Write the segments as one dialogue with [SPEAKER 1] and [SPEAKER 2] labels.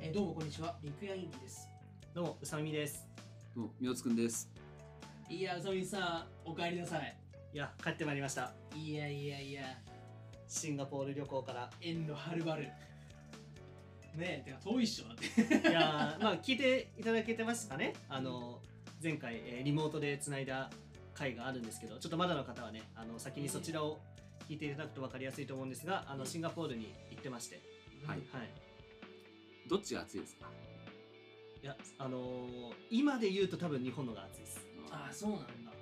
[SPEAKER 1] ーどうもこんにちは、陸屋インディです。
[SPEAKER 2] どうも、うさみみです。
[SPEAKER 3] どうもみおつくんです。
[SPEAKER 1] いや、うさみさん、お帰りなさい。
[SPEAKER 2] いや、帰ってまいりました。
[SPEAKER 1] いやいやいや、
[SPEAKER 2] シンガポール旅 行から。
[SPEAKER 1] 遠路はるばる。ねえ、てか遠いっしょだって。
[SPEAKER 2] いやー、まあ、聞いていただけてますかね。あの、前回、えーリモートでつないだ回があるんですけど、ちょっとまだの方はね、あの、先にそちらを聞いていただくと分かりやすいと思うんですが、あの、シンガポールに行ってまして。
[SPEAKER 3] はい
[SPEAKER 2] はい。
[SPEAKER 3] どっちが暑いですか
[SPEAKER 2] いや、あのー今で言うと多分日本のが暑いです。
[SPEAKER 1] ああ、そうなんだ。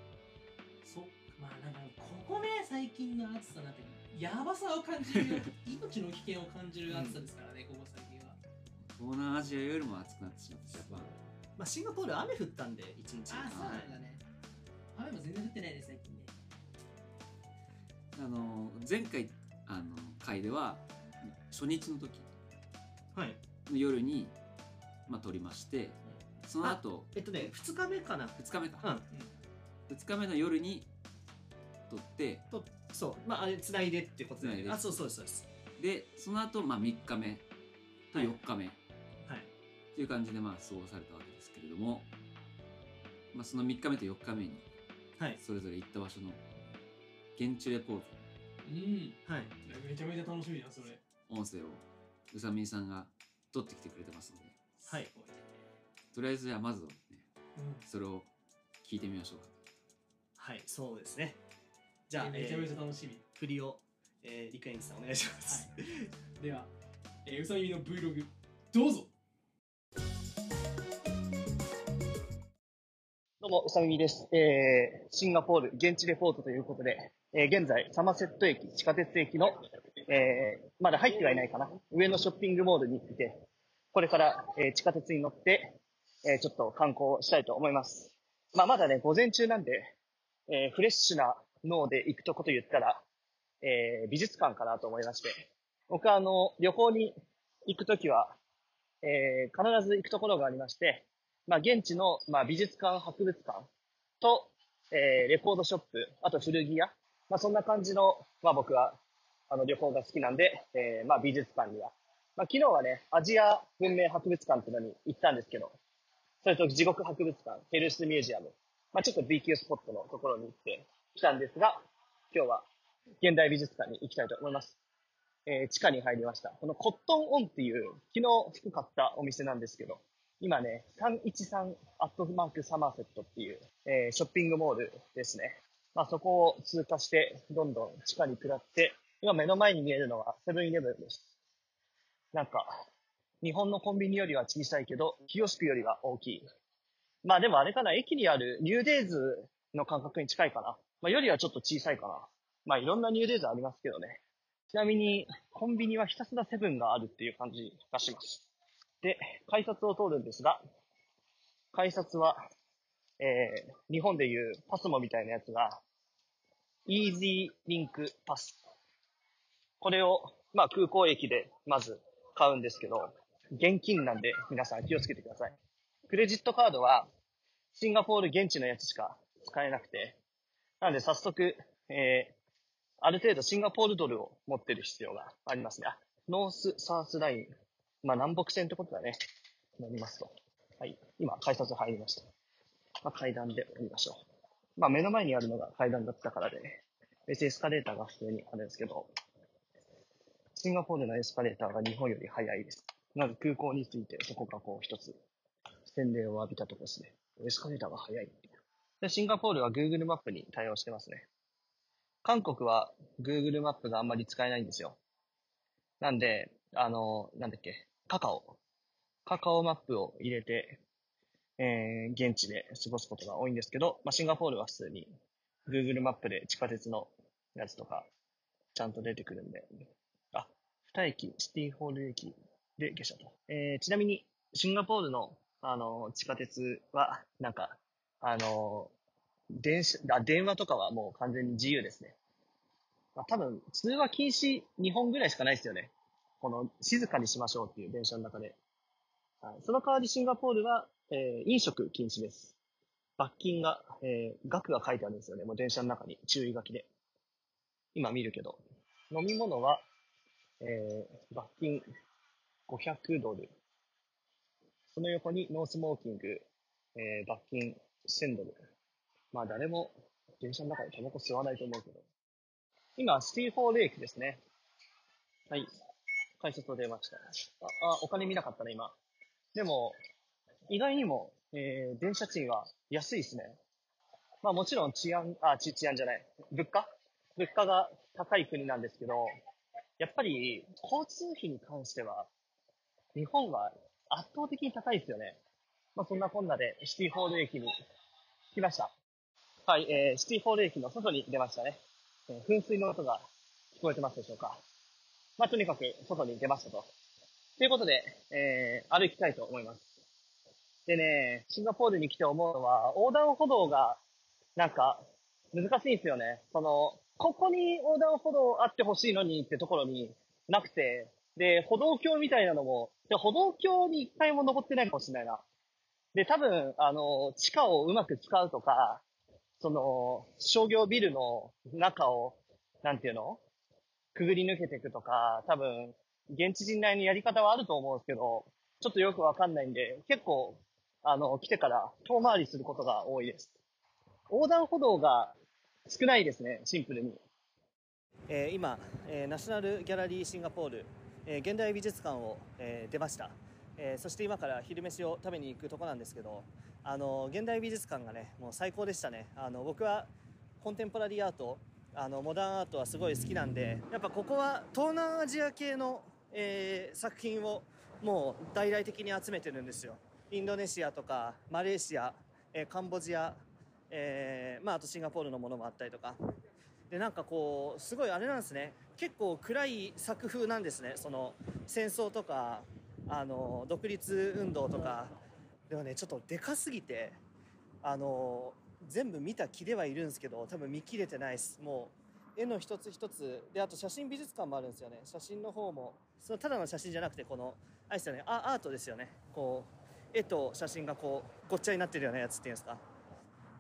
[SPEAKER 1] そっか、まあなんか、ここね、最近の暑さなんて、やばさを感じるよ、命の危険を感じる暑さですからね、ここ最近は。
[SPEAKER 3] 東南アジアよりも暑くなってしまったジャパン。
[SPEAKER 2] まあ、シンガポール雨降ったんで、一日。
[SPEAKER 1] ああ、そう
[SPEAKER 2] は
[SPEAKER 1] ないんだね。雨も全然降ってないね、最近ね。
[SPEAKER 3] あの前回あの回では初日の時
[SPEAKER 2] はい。
[SPEAKER 3] の夜にまあ撮りまして、その後
[SPEAKER 2] えっとね、2日目かな。
[SPEAKER 3] 2日目
[SPEAKER 2] う
[SPEAKER 3] か、
[SPEAKER 2] ん。
[SPEAKER 3] 二2日目の夜に撮って、
[SPEAKER 2] と、そう。まあ、あれ、つないでってこと
[SPEAKER 3] 繋い
[SPEAKER 2] で。
[SPEAKER 3] で
[SPEAKER 2] あ、そうそうですそうです。
[SPEAKER 3] でその後まあ3日目と
[SPEAKER 2] はい
[SPEAKER 3] 4日目
[SPEAKER 2] はい。
[SPEAKER 3] という感じでまあ過ごされたわけですけれども、まあその3日目と4日目に
[SPEAKER 2] はい。
[SPEAKER 3] それぞれ行った場所の現地レポート
[SPEAKER 1] うん。
[SPEAKER 2] はい。
[SPEAKER 1] めちゃめちゃ楽しみだ、それ。
[SPEAKER 3] 音声をうさみんさんが撮ってきてくれてますので
[SPEAKER 2] はい
[SPEAKER 1] すごいね。
[SPEAKER 3] とりあえずじゃあまずはね
[SPEAKER 1] うん。
[SPEAKER 3] それを聞いてみましょうか
[SPEAKER 2] はい、そうですね。じゃあ、
[SPEAKER 1] めちゃめち
[SPEAKER 2] え
[SPEAKER 1] ゃ楽しみ。
[SPEAKER 2] ー振りを、えー、リクエンジさんお願いします。
[SPEAKER 1] はい、では、えー、うさみみの Vlog どうぞ
[SPEAKER 4] どうも、うさみみです。えー、シンガポール現地レポートということで、えー、現在、サマセット駅、地下鉄駅の、えー、まだ入ってはいないかな、上のショッピングモールに行って、これから、えー、地下鉄に乗って、えー、ちょっと観光をしたいと思います。まあ、まだね、午前中なんで、えー、フレッシュな脳で行くとこと言ったら、えー、美術館かなと思いまして、僕はあの、旅行に行くときは、えー必ず行くところがありまして、まあ、現地の、まあ、美術館、博物館と、えーレコードショップ、あと古着屋、まあ、そんな感じの、まあ、僕は、あの、旅行が好きなんで、えーまあ、美術館には。まあ、昨日はね、アジア文明博物館ってのに行ったんですけど、それと地獄博物館、ヘルスミュージアム、まあ、ちょっと B 級スポットのところに行ってきたんですが、今日は現代美術館に行きたいと思います。えー地下に入りました。このコットンオンっていう、昨日服買ったお店なんですけど、今ね、313アットマークサマーセットっていう、えーショッピングモールですね。まあそこを通過して、どんどん地下に下って、今目の前に見えるのはセブンイレブンです。なんか、日本のコンビニよりは小さいけど、キヨシクよりは大きい。まあでもあれかな、駅にあるニューデイズの感覚に近いかな。まあよりはちょっと小さいかな。まあいろんなニューデイズありますけどね。ちなみに、コンビニはひたすらセブンがあるっていう感じがします。で、改札を通るんですが、改札は、えー、日本でいうパスモみたいなやつが、イージーリンクパス。これを、まあ空港駅でまず買うんですけど、現金なんで皆さん気をつけてください。クレジットカードは、シンガポール現地のやつしか使えなくて、なんで早速、えー、ある程度シンガポールドルを持ってる必要がありますね。あノース、サースライン。まあ南北線ってことだね。なりますと。はい。今、改札入りました。まあ階段で降りましょう。まあ目の前にあるのが階段だったからで、別にエスカレーターが普通にあるんですけど、シンガポールのエスカレーターが日本より早いです。なので空港についてそこがこう一つ洗礼を浴びたとこですね。エスカレーターが早いっていう。で、シンガポールは Google マップに対応してますね。韓国は Google マップがあんまり使えないんですよ。なんで、あの、なんだっけ、カカオ。カカオマップを入れて、えー、現地で過ごすことが多いんですけど、まあ、シンガポールは普通に Google マップで地下鉄のやつとか、ちゃんと出てくるんで。あ、二駅、シティホール駅で下車と。えー、ちなみに、シンガポールの、あの、地下鉄は、なんか、あの、電車、あ、電話とかはもう完全に自由ですね。まあ、多分、通話禁止2本ぐらいしかないですよね。この、静かにしましょうっていう電車の中で。はい、その代わりシンガポールは、えー飲食禁止です。罰金が、えー額が書いてあるんですよね。もう電車の中に注意書きで。今見るけど。飲み物は、えー罰金500ドル。その横にノースモーキング、えー罰金、シェンドル。まあ誰も電車の中でタバコ吸わないと思うけど。今、シティフォーレイクですね。はい。改札を出ました。あ、あお金見なかったね、今。でも、意外にも、えー電車賃は安いですね。まあもちろん治安、あ、治治安じゃない。物価物価が高い国なんですけど、やっぱり交通費に関しては、日本は圧倒的に高いですよね。まあそんなこんなでシティホール駅に来ました。はい、えー、シティホール駅の外に出ましたね。えー噴水の音が聞こえてますでしょうか。まあとにかく外に出ましたと。ということで、えー、歩きたいと思います。でね、シンガポールに来て思うのは、横断歩道がなんか、難しいんですよね。その、ここに横断歩道あってほしいのにってところになくて、で、歩道橋みたいなのも、で歩道橋に一回も登ってないかもしれないな。で、多分、あの、地下をうまく使うとか、その、商業ビルの中を、なんていうのくぐり抜けていくとか、多分、現地人内のやり方はあると思うんですけど、ちょっとよくわかんないんで、結構、あの、来てから遠回りすることが多いです。横断歩道が少ないですね、シンプルに。えー今、えーナショナルギャラリーシンガポール、えー現代美術館を、えー出ました、えーそして今から昼飯を食べに行くとこなんですけど、あのー現代美術館がね、もう最高でしたね。あの僕はコンテンポラリーアート、あのモダンアートはすごい好きなんで、やっぱここは東南アジア系の、えー作品をもう大々的に集めてるんですよ。インドネシアとかマレーシア、えーカンボジア、えーまあ、あとシンガポールのものもあったりとかでなんかこうすごいあれなんですね結構暗い作風なんですねその戦争とかあの独立運動とかでもねちょっとでかすぎてあの全部見た気ではいるんですけど多分見切れてないですもう絵の一つ一つであと写真美術館もあるんですよね写真の方もそのただの写真じゃなくてこのあれですよねあアートですよねこう絵と写真がこうごっちゃになってるようなやつっていうんですか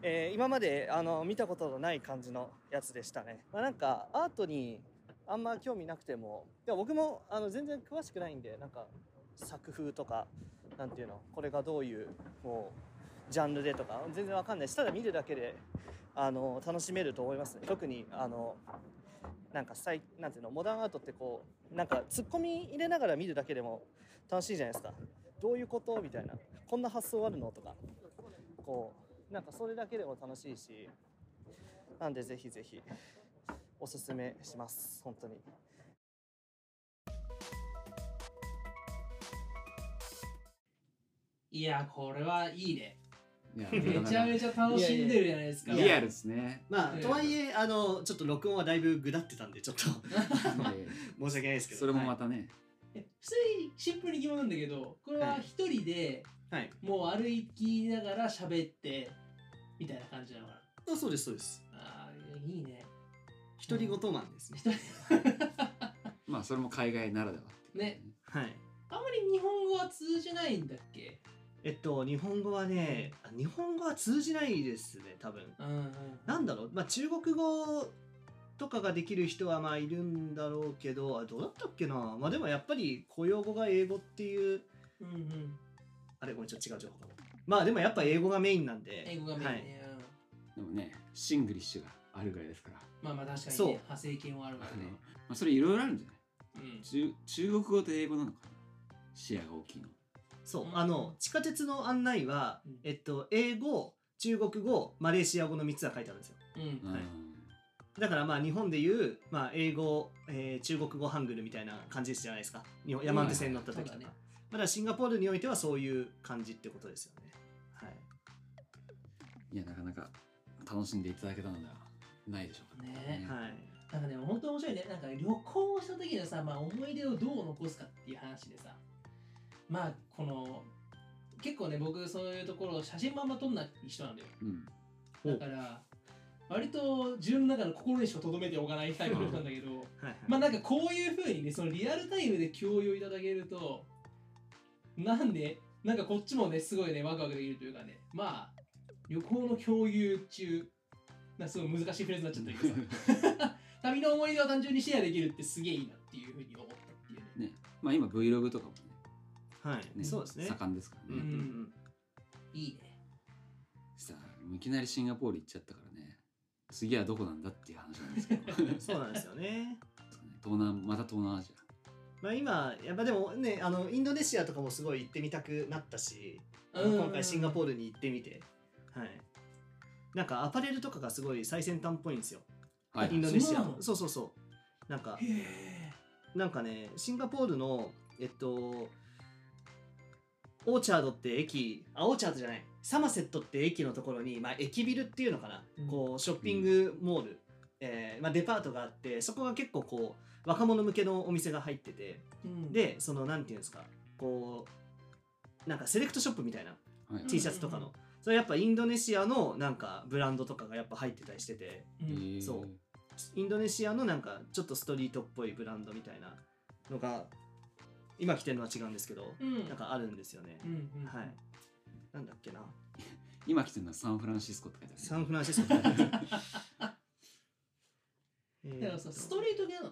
[SPEAKER 4] えー今まであの見たことのない感じのやつでしたね、まあ、なんかアートにあんま興味なくてもでも僕もあの全然詳しくないんでなんか作風とかなんていうのこれがどういうもうジャンルでとか全然わかんないしただ見るだけであの楽しめると思いますね特にあのなんか最なんていうのモダンアートってこうなんかツッコミ入れながら見るだけでも楽しいじゃないですかどういうことみたいなこんな発想あるのとかこうなんかそれだけでも楽しいしなんでぜひぜひおすすめします本当に
[SPEAKER 1] いや、これはいいね。
[SPEAKER 3] いや
[SPEAKER 1] めちゃめちゃ楽しんでるじゃないですか。
[SPEAKER 3] リアルです ね。
[SPEAKER 2] まあ、
[SPEAKER 1] ええ
[SPEAKER 2] とはいえあのちょっと録音はだいぶぐだってたんでちょっと 申
[SPEAKER 3] ええ
[SPEAKER 2] し訳ないですけど
[SPEAKER 3] それもま
[SPEAKER 2] た、
[SPEAKER 3] たね、
[SPEAKER 1] え普通にシンプルに疑問なんだけど、これは一人で
[SPEAKER 2] はいはい
[SPEAKER 1] もう歩きながら喋ってみたいな感じなのかな。
[SPEAKER 2] あそうですそうです
[SPEAKER 1] ああ、いいね。
[SPEAKER 2] 独り言マンですね、
[SPEAKER 1] 一人
[SPEAKER 3] まあそれも海外ならではってい う
[SPEAKER 1] ね
[SPEAKER 2] はい
[SPEAKER 1] あんまり日本語は通じないんだっけ
[SPEAKER 2] えっと日本語はねあ日本語は通じないですね多分
[SPEAKER 1] うんうん。
[SPEAKER 2] なんだろう、まあ、中国語とかができる人はまあいるんだろうけどあどうだったっけなまあでもやっぱり公用語が英語っていう
[SPEAKER 1] うんうん。
[SPEAKER 2] あれごめんちょっと違う情報かもまあでもやっぱ英語がメインなんで
[SPEAKER 1] 英語がメイン
[SPEAKER 2] はい
[SPEAKER 1] ね。うん
[SPEAKER 3] でもねシングリッシュがあるぐらいですから、
[SPEAKER 1] まあまあ確かに
[SPEAKER 2] そう
[SPEAKER 1] ね、派生系もあるか
[SPEAKER 3] あ
[SPEAKER 1] ら
[SPEAKER 3] の
[SPEAKER 1] ね
[SPEAKER 3] ま。あ、それいろいろあるんじゃない
[SPEAKER 1] うん。
[SPEAKER 3] 中中国語と英語なのかな視野が大きいの
[SPEAKER 2] そう、
[SPEAKER 1] うん
[SPEAKER 2] あの地下鉄の案内は、
[SPEAKER 1] うん
[SPEAKER 2] えっと、英語中国語マレーシア語の3つは書いてあるんですよ
[SPEAKER 1] うん。
[SPEAKER 3] うん
[SPEAKER 2] はいだからまあ日本でいう、まあ、英語、えー中国語ハングルみたいな感じじゃないですか日本山手線に乗った時とか、
[SPEAKER 1] うんそうだね
[SPEAKER 2] まあだからシンガポールにおいてはそういう感じってことですよねはい
[SPEAKER 3] いやなかなか楽しんでいただけたのではないでしょうか
[SPEAKER 1] ね
[SPEAKER 2] はい、
[SPEAKER 1] なんかね、本当面白いね。なんか旅行をした時のさ、まあ思い出をどう残すかっていう話でさ、まあこの、結構ね、僕そういうところ写真まんま撮んない人なんだよ。
[SPEAKER 3] うん
[SPEAKER 1] だから、割と自分の中の心にしか留めておかないタイプの人なんだけど、
[SPEAKER 2] はいはい
[SPEAKER 1] まあなんかこういう風にね、そのリアルタイムで共有いただけると、なんで、なんかこっちもね、すごいね、ワクワクできるというかね、まあ、旅行の共有中、なんかすごい難しいフレーズになっちゃったけどさ。 旅の思い出を単純にシェアできるってすげえいいなっていうふうに思ったっていうね。
[SPEAKER 3] ねまあ今 Vlog とかもね
[SPEAKER 2] はい、
[SPEAKER 3] ね、
[SPEAKER 2] そうですね。
[SPEAKER 3] 盛んですから
[SPEAKER 2] うん
[SPEAKER 3] ね、
[SPEAKER 2] うんうん
[SPEAKER 1] いいね。
[SPEAKER 3] さあもういきなりシンガポール行っちゃったからね次はどこなんだっていう話なんです けどそうね
[SPEAKER 2] そうなんですよね。
[SPEAKER 3] 東南また東南アジ
[SPEAKER 2] まあ今、やっぱでもね、あの、インドネシアとかもすごい行ってみたくなったし、あの今回シンガポールに行ってみて、はい。なんかアパレルとかがすごい最先端っぽいんですよ。
[SPEAKER 3] アはい
[SPEAKER 2] インドネ
[SPEAKER 1] そう
[SPEAKER 2] シア
[SPEAKER 1] な
[SPEAKER 2] も
[SPEAKER 1] の
[SPEAKER 2] そうそうそう。なんか、
[SPEAKER 1] へえ。
[SPEAKER 2] なんかね、シンガポールの、えっと、オーチャードって駅、あ、オーチャードじゃない、サマセットって駅のところに、まあ、駅ビルっていうのかな、
[SPEAKER 1] うん
[SPEAKER 2] こう、ショッピングモール、えーまあ、デパートがあって、そこが結構こう、若者向けのお店が入ってて、
[SPEAKER 1] うん、
[SPEAKER 2] で、その、なんていうんですか、こう、なんかセレクトショップみたいな、
[SPEAKER 3] はい、
[SPEAKER 2] T シャツとか
[SPEAKER 1] うんうん
[SPEAKER 2] の。それやっぱインドネシアのなんかブランドとかがやっぱ入ってたりしてて、
[SPEAKER 1] うん、
[SPEAKER 3] えー
[SPEAKER 2] そうインドネシアのなんかちょっとストリートっぽいブランドみたいなのが今着てるのは違うんですけど、
[SPEAKER 1] うん
[SPEAKER 2] なんかあるんですよね、
[SPEAKER 1] うんうん、
[SPEAKER 2] はいなんだっけな
[SPEAKER 3] 今来てるのはサンフランシスコって書いてある
[SPEAKER 2] サンフランシスコ えーっと
[SPEAKER 1] だからさ、ストリート系なの。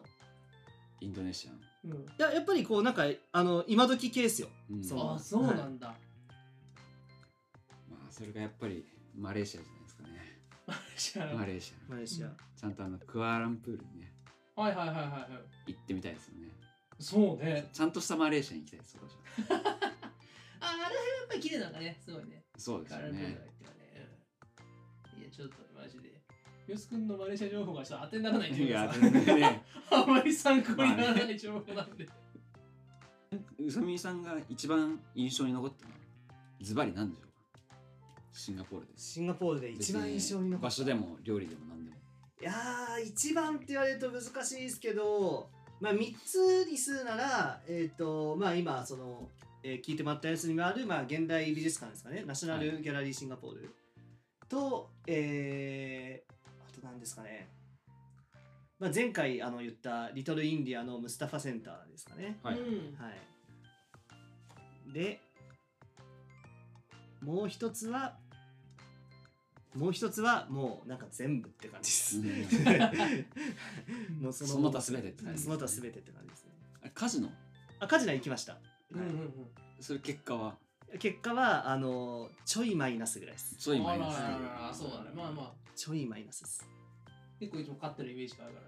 [SPEAKER 3] インドネシアの、
[SPEAKER 1] うん
[SPEAKER 2] いややっぱりこうなんかあの今時系ですよ
[SPEAKER 3] うん
[SPEAKER 2] そう
[SPEAKER 1] ああ、そうなんだ。
[SPEAKER 3] まあそれがやっぱりマレーシアじゃないですかね
[SPEAKER 1] 知らな
[SPEAKER 3] マ
[SPEAKER 1] かっ
[SPEAKER 3] レーシア
[SPEAKER 2] マレーシア、
[SPEAKER 1] うん
[SPEAKER 3] ちゃんとあのクアラルンプールにね
[SPEAKER 1] たはいはいはいはいはい。
[SPEAKER 3] 行ってみたいですよね
[SPEAKER 1] そうね。
[SPEAKER 3] ちゃんとしたマレーシアに行きたいです私は
[SPEAKER 1] ああ、あれはやっぱり綺麗なんかね、すごいね。
[SPEAKER 3] そうですよ
[SPEAKER 1] ガラルー
[SPEAKER 3] ね
[SPEAKER 1] ダっていうかねうんいや、ちょっとマジで。よすくんのマレーシア情報がちょっと当てにならないとい
[SPEAKER 3] いうや
[SPEAKER 1] かさ
[SPEAKER 3] 全然ね
[SPEAKER 1] あんまり参考にならない情報なんで。
[SPEAKER 3] 宇佐美さんが一番印象に残ったのはズバリ何でしょうかシンガポールです
[SPEAKER 2] シンガポールで一番印象に残った
[SPEAKER 3] 場所でも料理でも何でも
[SPEAKER 2] いやー一番って言われると難しいですけど、まあ、3つにするなら、えーとまあ、今その、えー聞いてもらったやつにもある、まあ、現代美術館ですかねナショナルギャラリーシンガポール、と、えーあと何ですかね、まあ、前回あの言ったリトルインディアのムスタファセンターですかね、
[SPEAKER 3] はい、
[SPEAKER 1] うん
[SPEAKER 2] はい、でもう一つはもう一つはもうなんか全部って感じです。 もうそ
[SPEAKER 3] その他全てって感じです
[SPEAKER 2] そ
[SPEAKER 3] ね
[SPEAKER 2] の他全てって感じですね。
[SPEAKER 3] あれカジノ
[SPEAKER 2] あ、カジナ行きました。
[SPEAKER 1] うんうん
[SPEAKER 3] それ結果は
[SPEAKER 2] 結果は、あの、ちょいマイナスぐらいです。
[SPEAKER 3] ちょ
[SPEAKER 1] う
[SPEAKER 3] い
[SPEAKER 1] ん。あ
[SPEAKER 3] マイ
[SPEAKER 1] ら
[SPEAKER 3] ナス
[SPEAKER 1] あらあらあ、そうだね。まあまあ、
[SPEAKER 2] ちょいマイナスです。
[SPEAKER 1] 結構いつも勝ってるイメージがあるか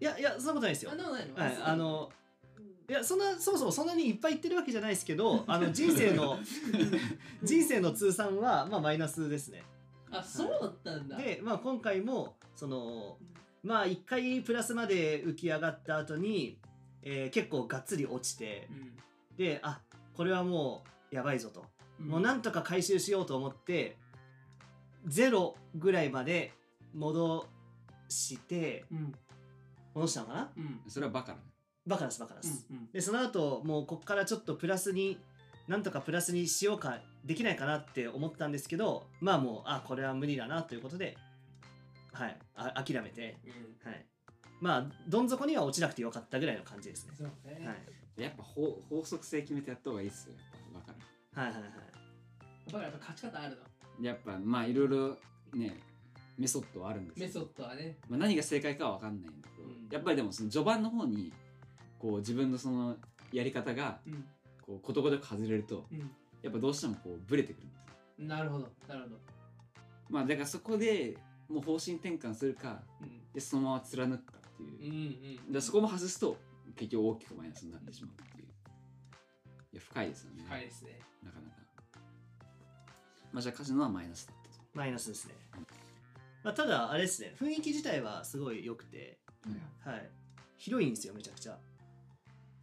[SPEAKER 2] いや、いや、そんなことないですよ
[SPEAKER 1] ら。あ、。なないの
[SPEAKER 2] はい、あ、の、
[SPEAKER 1] うん
[SPEAKER 2] いや、そんな、そもそもそんなにいっぱい行ってるわけじゃないですけど、あの、人生 の、人生の通算は、まあ、マイナスですね。
[SPEAKER 1] あ、そうだったんだ。
[SPEAKER 2] で、まあ、今回も、その
[SPEAKER 1] うん、
[SPEAKER 2] まあ、一回プラスまで浮き上がった後に、えー結構がっつり落ちて
[SPEAKER 1] う、ん、
[SPEAKER 2] で、あ、これはもう、やばいぞと。もう
[SPEAKER 1] な
[SPEAKER 2] なんとか回収しようと思ってゼロぐらいまで戻して
[SPEAKER 1] うん
[SPEAKER 2] 戻したのかな
[SPEAKER 1] うん
[SPEAKER 3] それはバカラ
[SPEAKER 2] バカラスバカラス、
[SPEAKER 1] うん
[SPEAKER 2] でその後もうこっからちょっとプラスになんとかプラスにしようかできないかなって思ったんですけどまあもうあこれは無理だなということではいあ諦めて
[SPEAKER 1] うん
[SPEAKER 2] はいまあどん底には落ちなくてよかったぐらいの感じですね、
[SPEAKER 1] そうね、
[SPEAKER 2] はい、
[SPEAKER 3] やっぱ法法則性決めてやった方がいいっすよやっぱバカラ
[SPEAKER 2] はいはいはい
[SPEAKER 1] やっぱりやっぱ勝ち方あるの
[SPEAKER 3] やっぱまあいろいろねメソッドはあるんですけ
[SPEAKER 1] メ
[SPEAKER 3] ど
[SPEAKER 1] ソッドはね
[SPEAKER 3] まあ、何が正解かは分かんないんだけど、
[SPEAKER 1] うん
[SPEAKER 3] やっぱりでもその序盤の方にこう自分のそのやり方が
[SPEAKER 1] うん
[SPEAKER 3] こうことごとく外れるとやっぱどうしてもこうブレてくるんですよ
[SPEAKER 1] うんなるほどなるほど
[SPEAKER 3] まあだからそこでもう方針転換するか
[SPEAKER 1] うん
[SPEAKER 3] でそのまま貫くかっていうう、
[SPEAKER 1] んうん
[SPEAKER 3] でそこも外すと結局大きくマイナスになってしまうっていういや深いですよね、
[SPEAKER 1] 深いですね
[SPEAKER 3] なかなかまあじゃあカジノはマイナスだったと
[SPEAKER 2] マイナスですね、まあ、ただあれですね雰囲気自体はすごい良くて
[SPEAKER 3] うん
[SPEAKER 2] はい、広いんですよめちゃくちゃ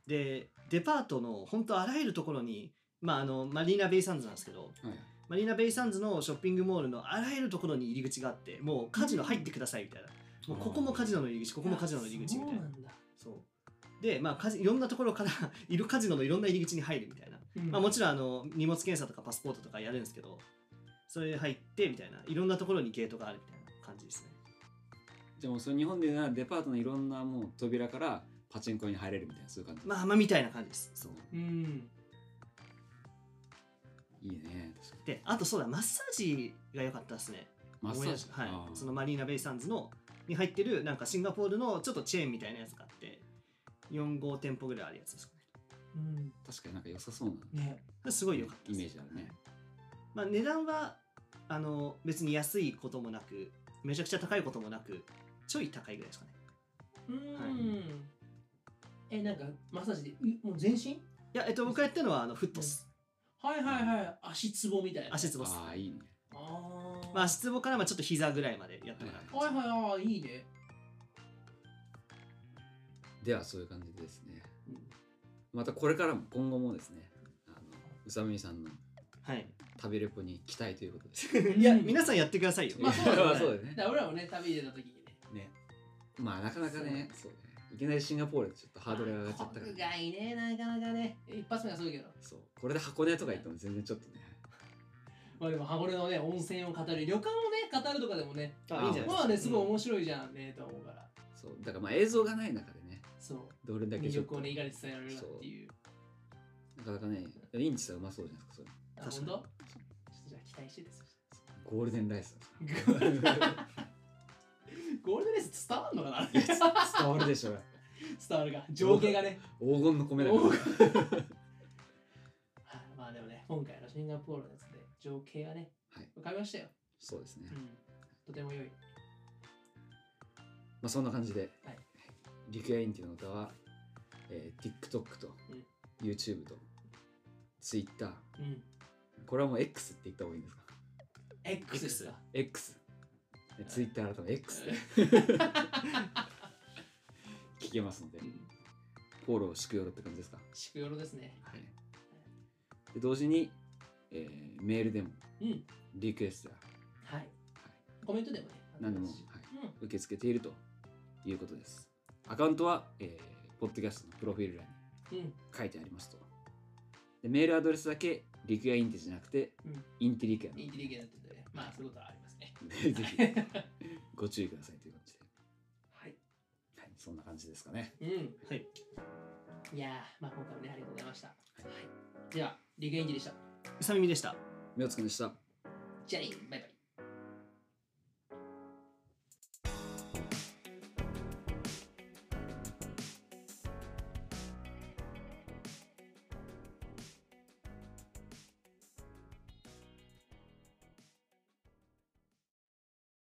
[SPEAKER 2] でデパートの本当あらゆるところに、まあ、あのマリーナ・ベイ・サンズなんですけど
[SPEAKER 3] はい
[SPEAKER 2] マリーナ・ベイ・サンズのショッピングモールのあらゆるところに入り口があってもうカジノ入ってくださいみたいな、もうここもカジノの入り口ここもカジノの入り口みた
[SPEAKER 1] あ
[SPEAKER 2] いな
[SPEAKER 1] そうなんだ、
[SPEAKER 2] そうでまあカジいろんなところから いるカジノのいろんな入り口に入るみたいな、
[SPEAKER 1] うん
[SPEAKER 2] まあ、もちろんあの荷物検査とかパスポートとかやるんですけどそれ入ってみたいないろんなところにゲートがあるみたいな感じですね
[SPEAKER 3] じゃあもうその日本でいうならデパートのいろんなもう扉からパチンコに入れるみたいなそういう感じ、
[SPEAKER 2] まあまあみたいな感じですそう
[SPEAKER 1] うん
[SPEAKER 3] いいね確かに
[SPEAKER 2] であとそうだマッサージが良かったですね
[SPEAKER 3] マッサージ
[SPEAKER 2] はい
[SPEAKER 3] あ、ー
[SPEAKER 2] そのマリーナ・ベイ・サンズのに入ってるなんかシンガポールのちょっとチェーンみたいなやつがあって4号店舗ぐらいあるやつですかね
[SPEAKER 1] ううん
[SPEAKER 3] 確かになんか良さそうな
[SPEAKER 1] ね
[SPEAKER 2] れすごい良かった
[SPEAKER 3] イ
[SPEAKER 2] です
[SPEAKER 3] メージあるね。
[SPEAKER 2] まあ、値段はあの別に安いこともなくめちゃくちゃ高いこともなくちょい高いぐらいですかね
[SPEAKER 1] うん、えなんかマッサージでうもう全身
[SPEAKER 2] いや、えっと、僕がやったのはあのフットス
[SPEAKER 1] はいはいはい足つぼみたいな
[SPEAKER 2] 足つぼっす
[SPEAKER 3] ああ、いいね。
[SPEAKER 1] あー、
[SPEAKER 2] まあ、足つぼからまあちょっと膝ぐらいまでやってもらっ
[SPEAKER 1] はいはいはいいいね
[SPEAKER 3] では、そういう感じでですね
[SPEAKER 1] うん。
[SPEAKER 3] またこれからも、今後もですね、あの宇佐美さんの
[SPEAKER 2] たはい
[SPEAKER 3] 食べレポに期待ということで す。
[SPEAKER 1] うん
[SPEAKER 2] いや皆さんやってくださいよ、
[SPEAKER 1] まあ そうだよね
[SPEAKER 3] そうだよ
[SPEAKER 1] だ。
[SPEAKER 3] ね
[SPEAKER 1] から俺らもね旅に出た時にね
[SPEAKER 3] ね。まあ、なかなかね、そうね。いきなりシンガポールでちょっとハードルが上がっちゃったから
[SPEAKER 1] 国
[SPEAKER 3] ね、
[SPEAKER 1] 外ねなかなかね一発目はそうけど
[SPEAKER 3] そう。これで箱根とか行っても全然ちょっとね。
[SPEAKER 1] まあでも箱根のね温泉を語る旅館をね語るとかでもね
[SPEAKER 2] あいいんじゃないですか
[SPEAKER 1] まあねすごい面白いじゃんね、と思うから
[SPEAKER 3] そう。だからまあ映像がない中でね、
[SPEAKER 1] そう
[SPEAKER 3] どれだけ
[SPEAKER 1] 魅
[SPEAKER 3] ちょっと
[SPEAKER 1] 力をねいかに伝えられるかっていう
[SPEAKER 3] なかなかね、リンチさんうまそうじゃないですか、
[SPEAKER 1] あ
[SPEAKER 2] 確か
[SPEAKER 1] 本当
[SPEAKER 2] に
[SPEAKER 1] ちょっとじゃあ期待してです
[SPEAKER 3] それ。ゴールデンライス。
[SPEAKER 1] ゴールデンレース伝わるのかな
[SPEAKER 3] 伝わるでしょ。
[SPEAKER 1] 伝わ るか情景がね
[SPEAKER 3] 黄金の米だか
[SPEAKER 1] 黄
[SPEAKER 3] ら。
[SPEAKER 1] はいまあでもね今回のシンガポールのやつで情景がね、
[SPEAKER 3] はい
[SPEAKER 1] 浮かびましたよ、
[SPEAKER 3] そうですね
[SPEAKER 1] う。ん、とても良い
[SPEAKER 3] まあそんな感じで、
[SPEAKER 1] はい
[SPEAKER 3] リクエインティの歌は、えー TikTok と
[SPEAKER 1] うん
[SPEAKER 3] YouTube と Twitter。
[SPEAKER 1] うん
[SPEAKER 3] これはもう X って言った方がいいんですか
[SPEAKER 1] X ですか
[SPEAKER 3] ?X。ね Twitter 改め X で聞けますので
[SPEAKER 1] う、ん
[SPEAKER 3] フォローしくよろって感じですか
[SPEAKER 1] 宿よろですね
[SPEAKER 3] はい。で同時に、えーメールでも
[SPEAKER 1] うん
[SPEAKER 3] リクエストや
[SPEAKER 1] はいコメントでもね
[SPEAKER 3] 何でも、
[SPEAKER 1] う
[SPEAKER 3] はい、
[SPEAKER 1] ん
[SPEAKER 3] 受け付けているということです。アカウントは、えー、ポッドキャストのプロフィール欄に
[SPEAKER 1] うん
[SPEAKER 3] 書いてありますと。でメールアドレスだけリクやインテじゃなくて、
[SPEAKER 1] うん
[SPEAKER 3] インテリクや
[SPEAKER 1] インテリ
[SPEAKER 3] な
[SPEAKER 1] ゲントでねまあそういうことはありますね
[SPEAKER 3] ので、 ぜ ひご注意くださいという感じで、
[SPEAKER 1] はい
[SPEAKER 3] はい、そんな感じですかね。
[SPEAKER 1] うん
[SPEAKER 2] はい
[SPEAKER 1] いやーまあ今回もねありがとうございました、はい、ではリクエインジでした
[SPEAKER 2] うさみみでした
[SPEAKER 3] みおつくんでした。
[SPEAKER 1] じゃあねバイバイ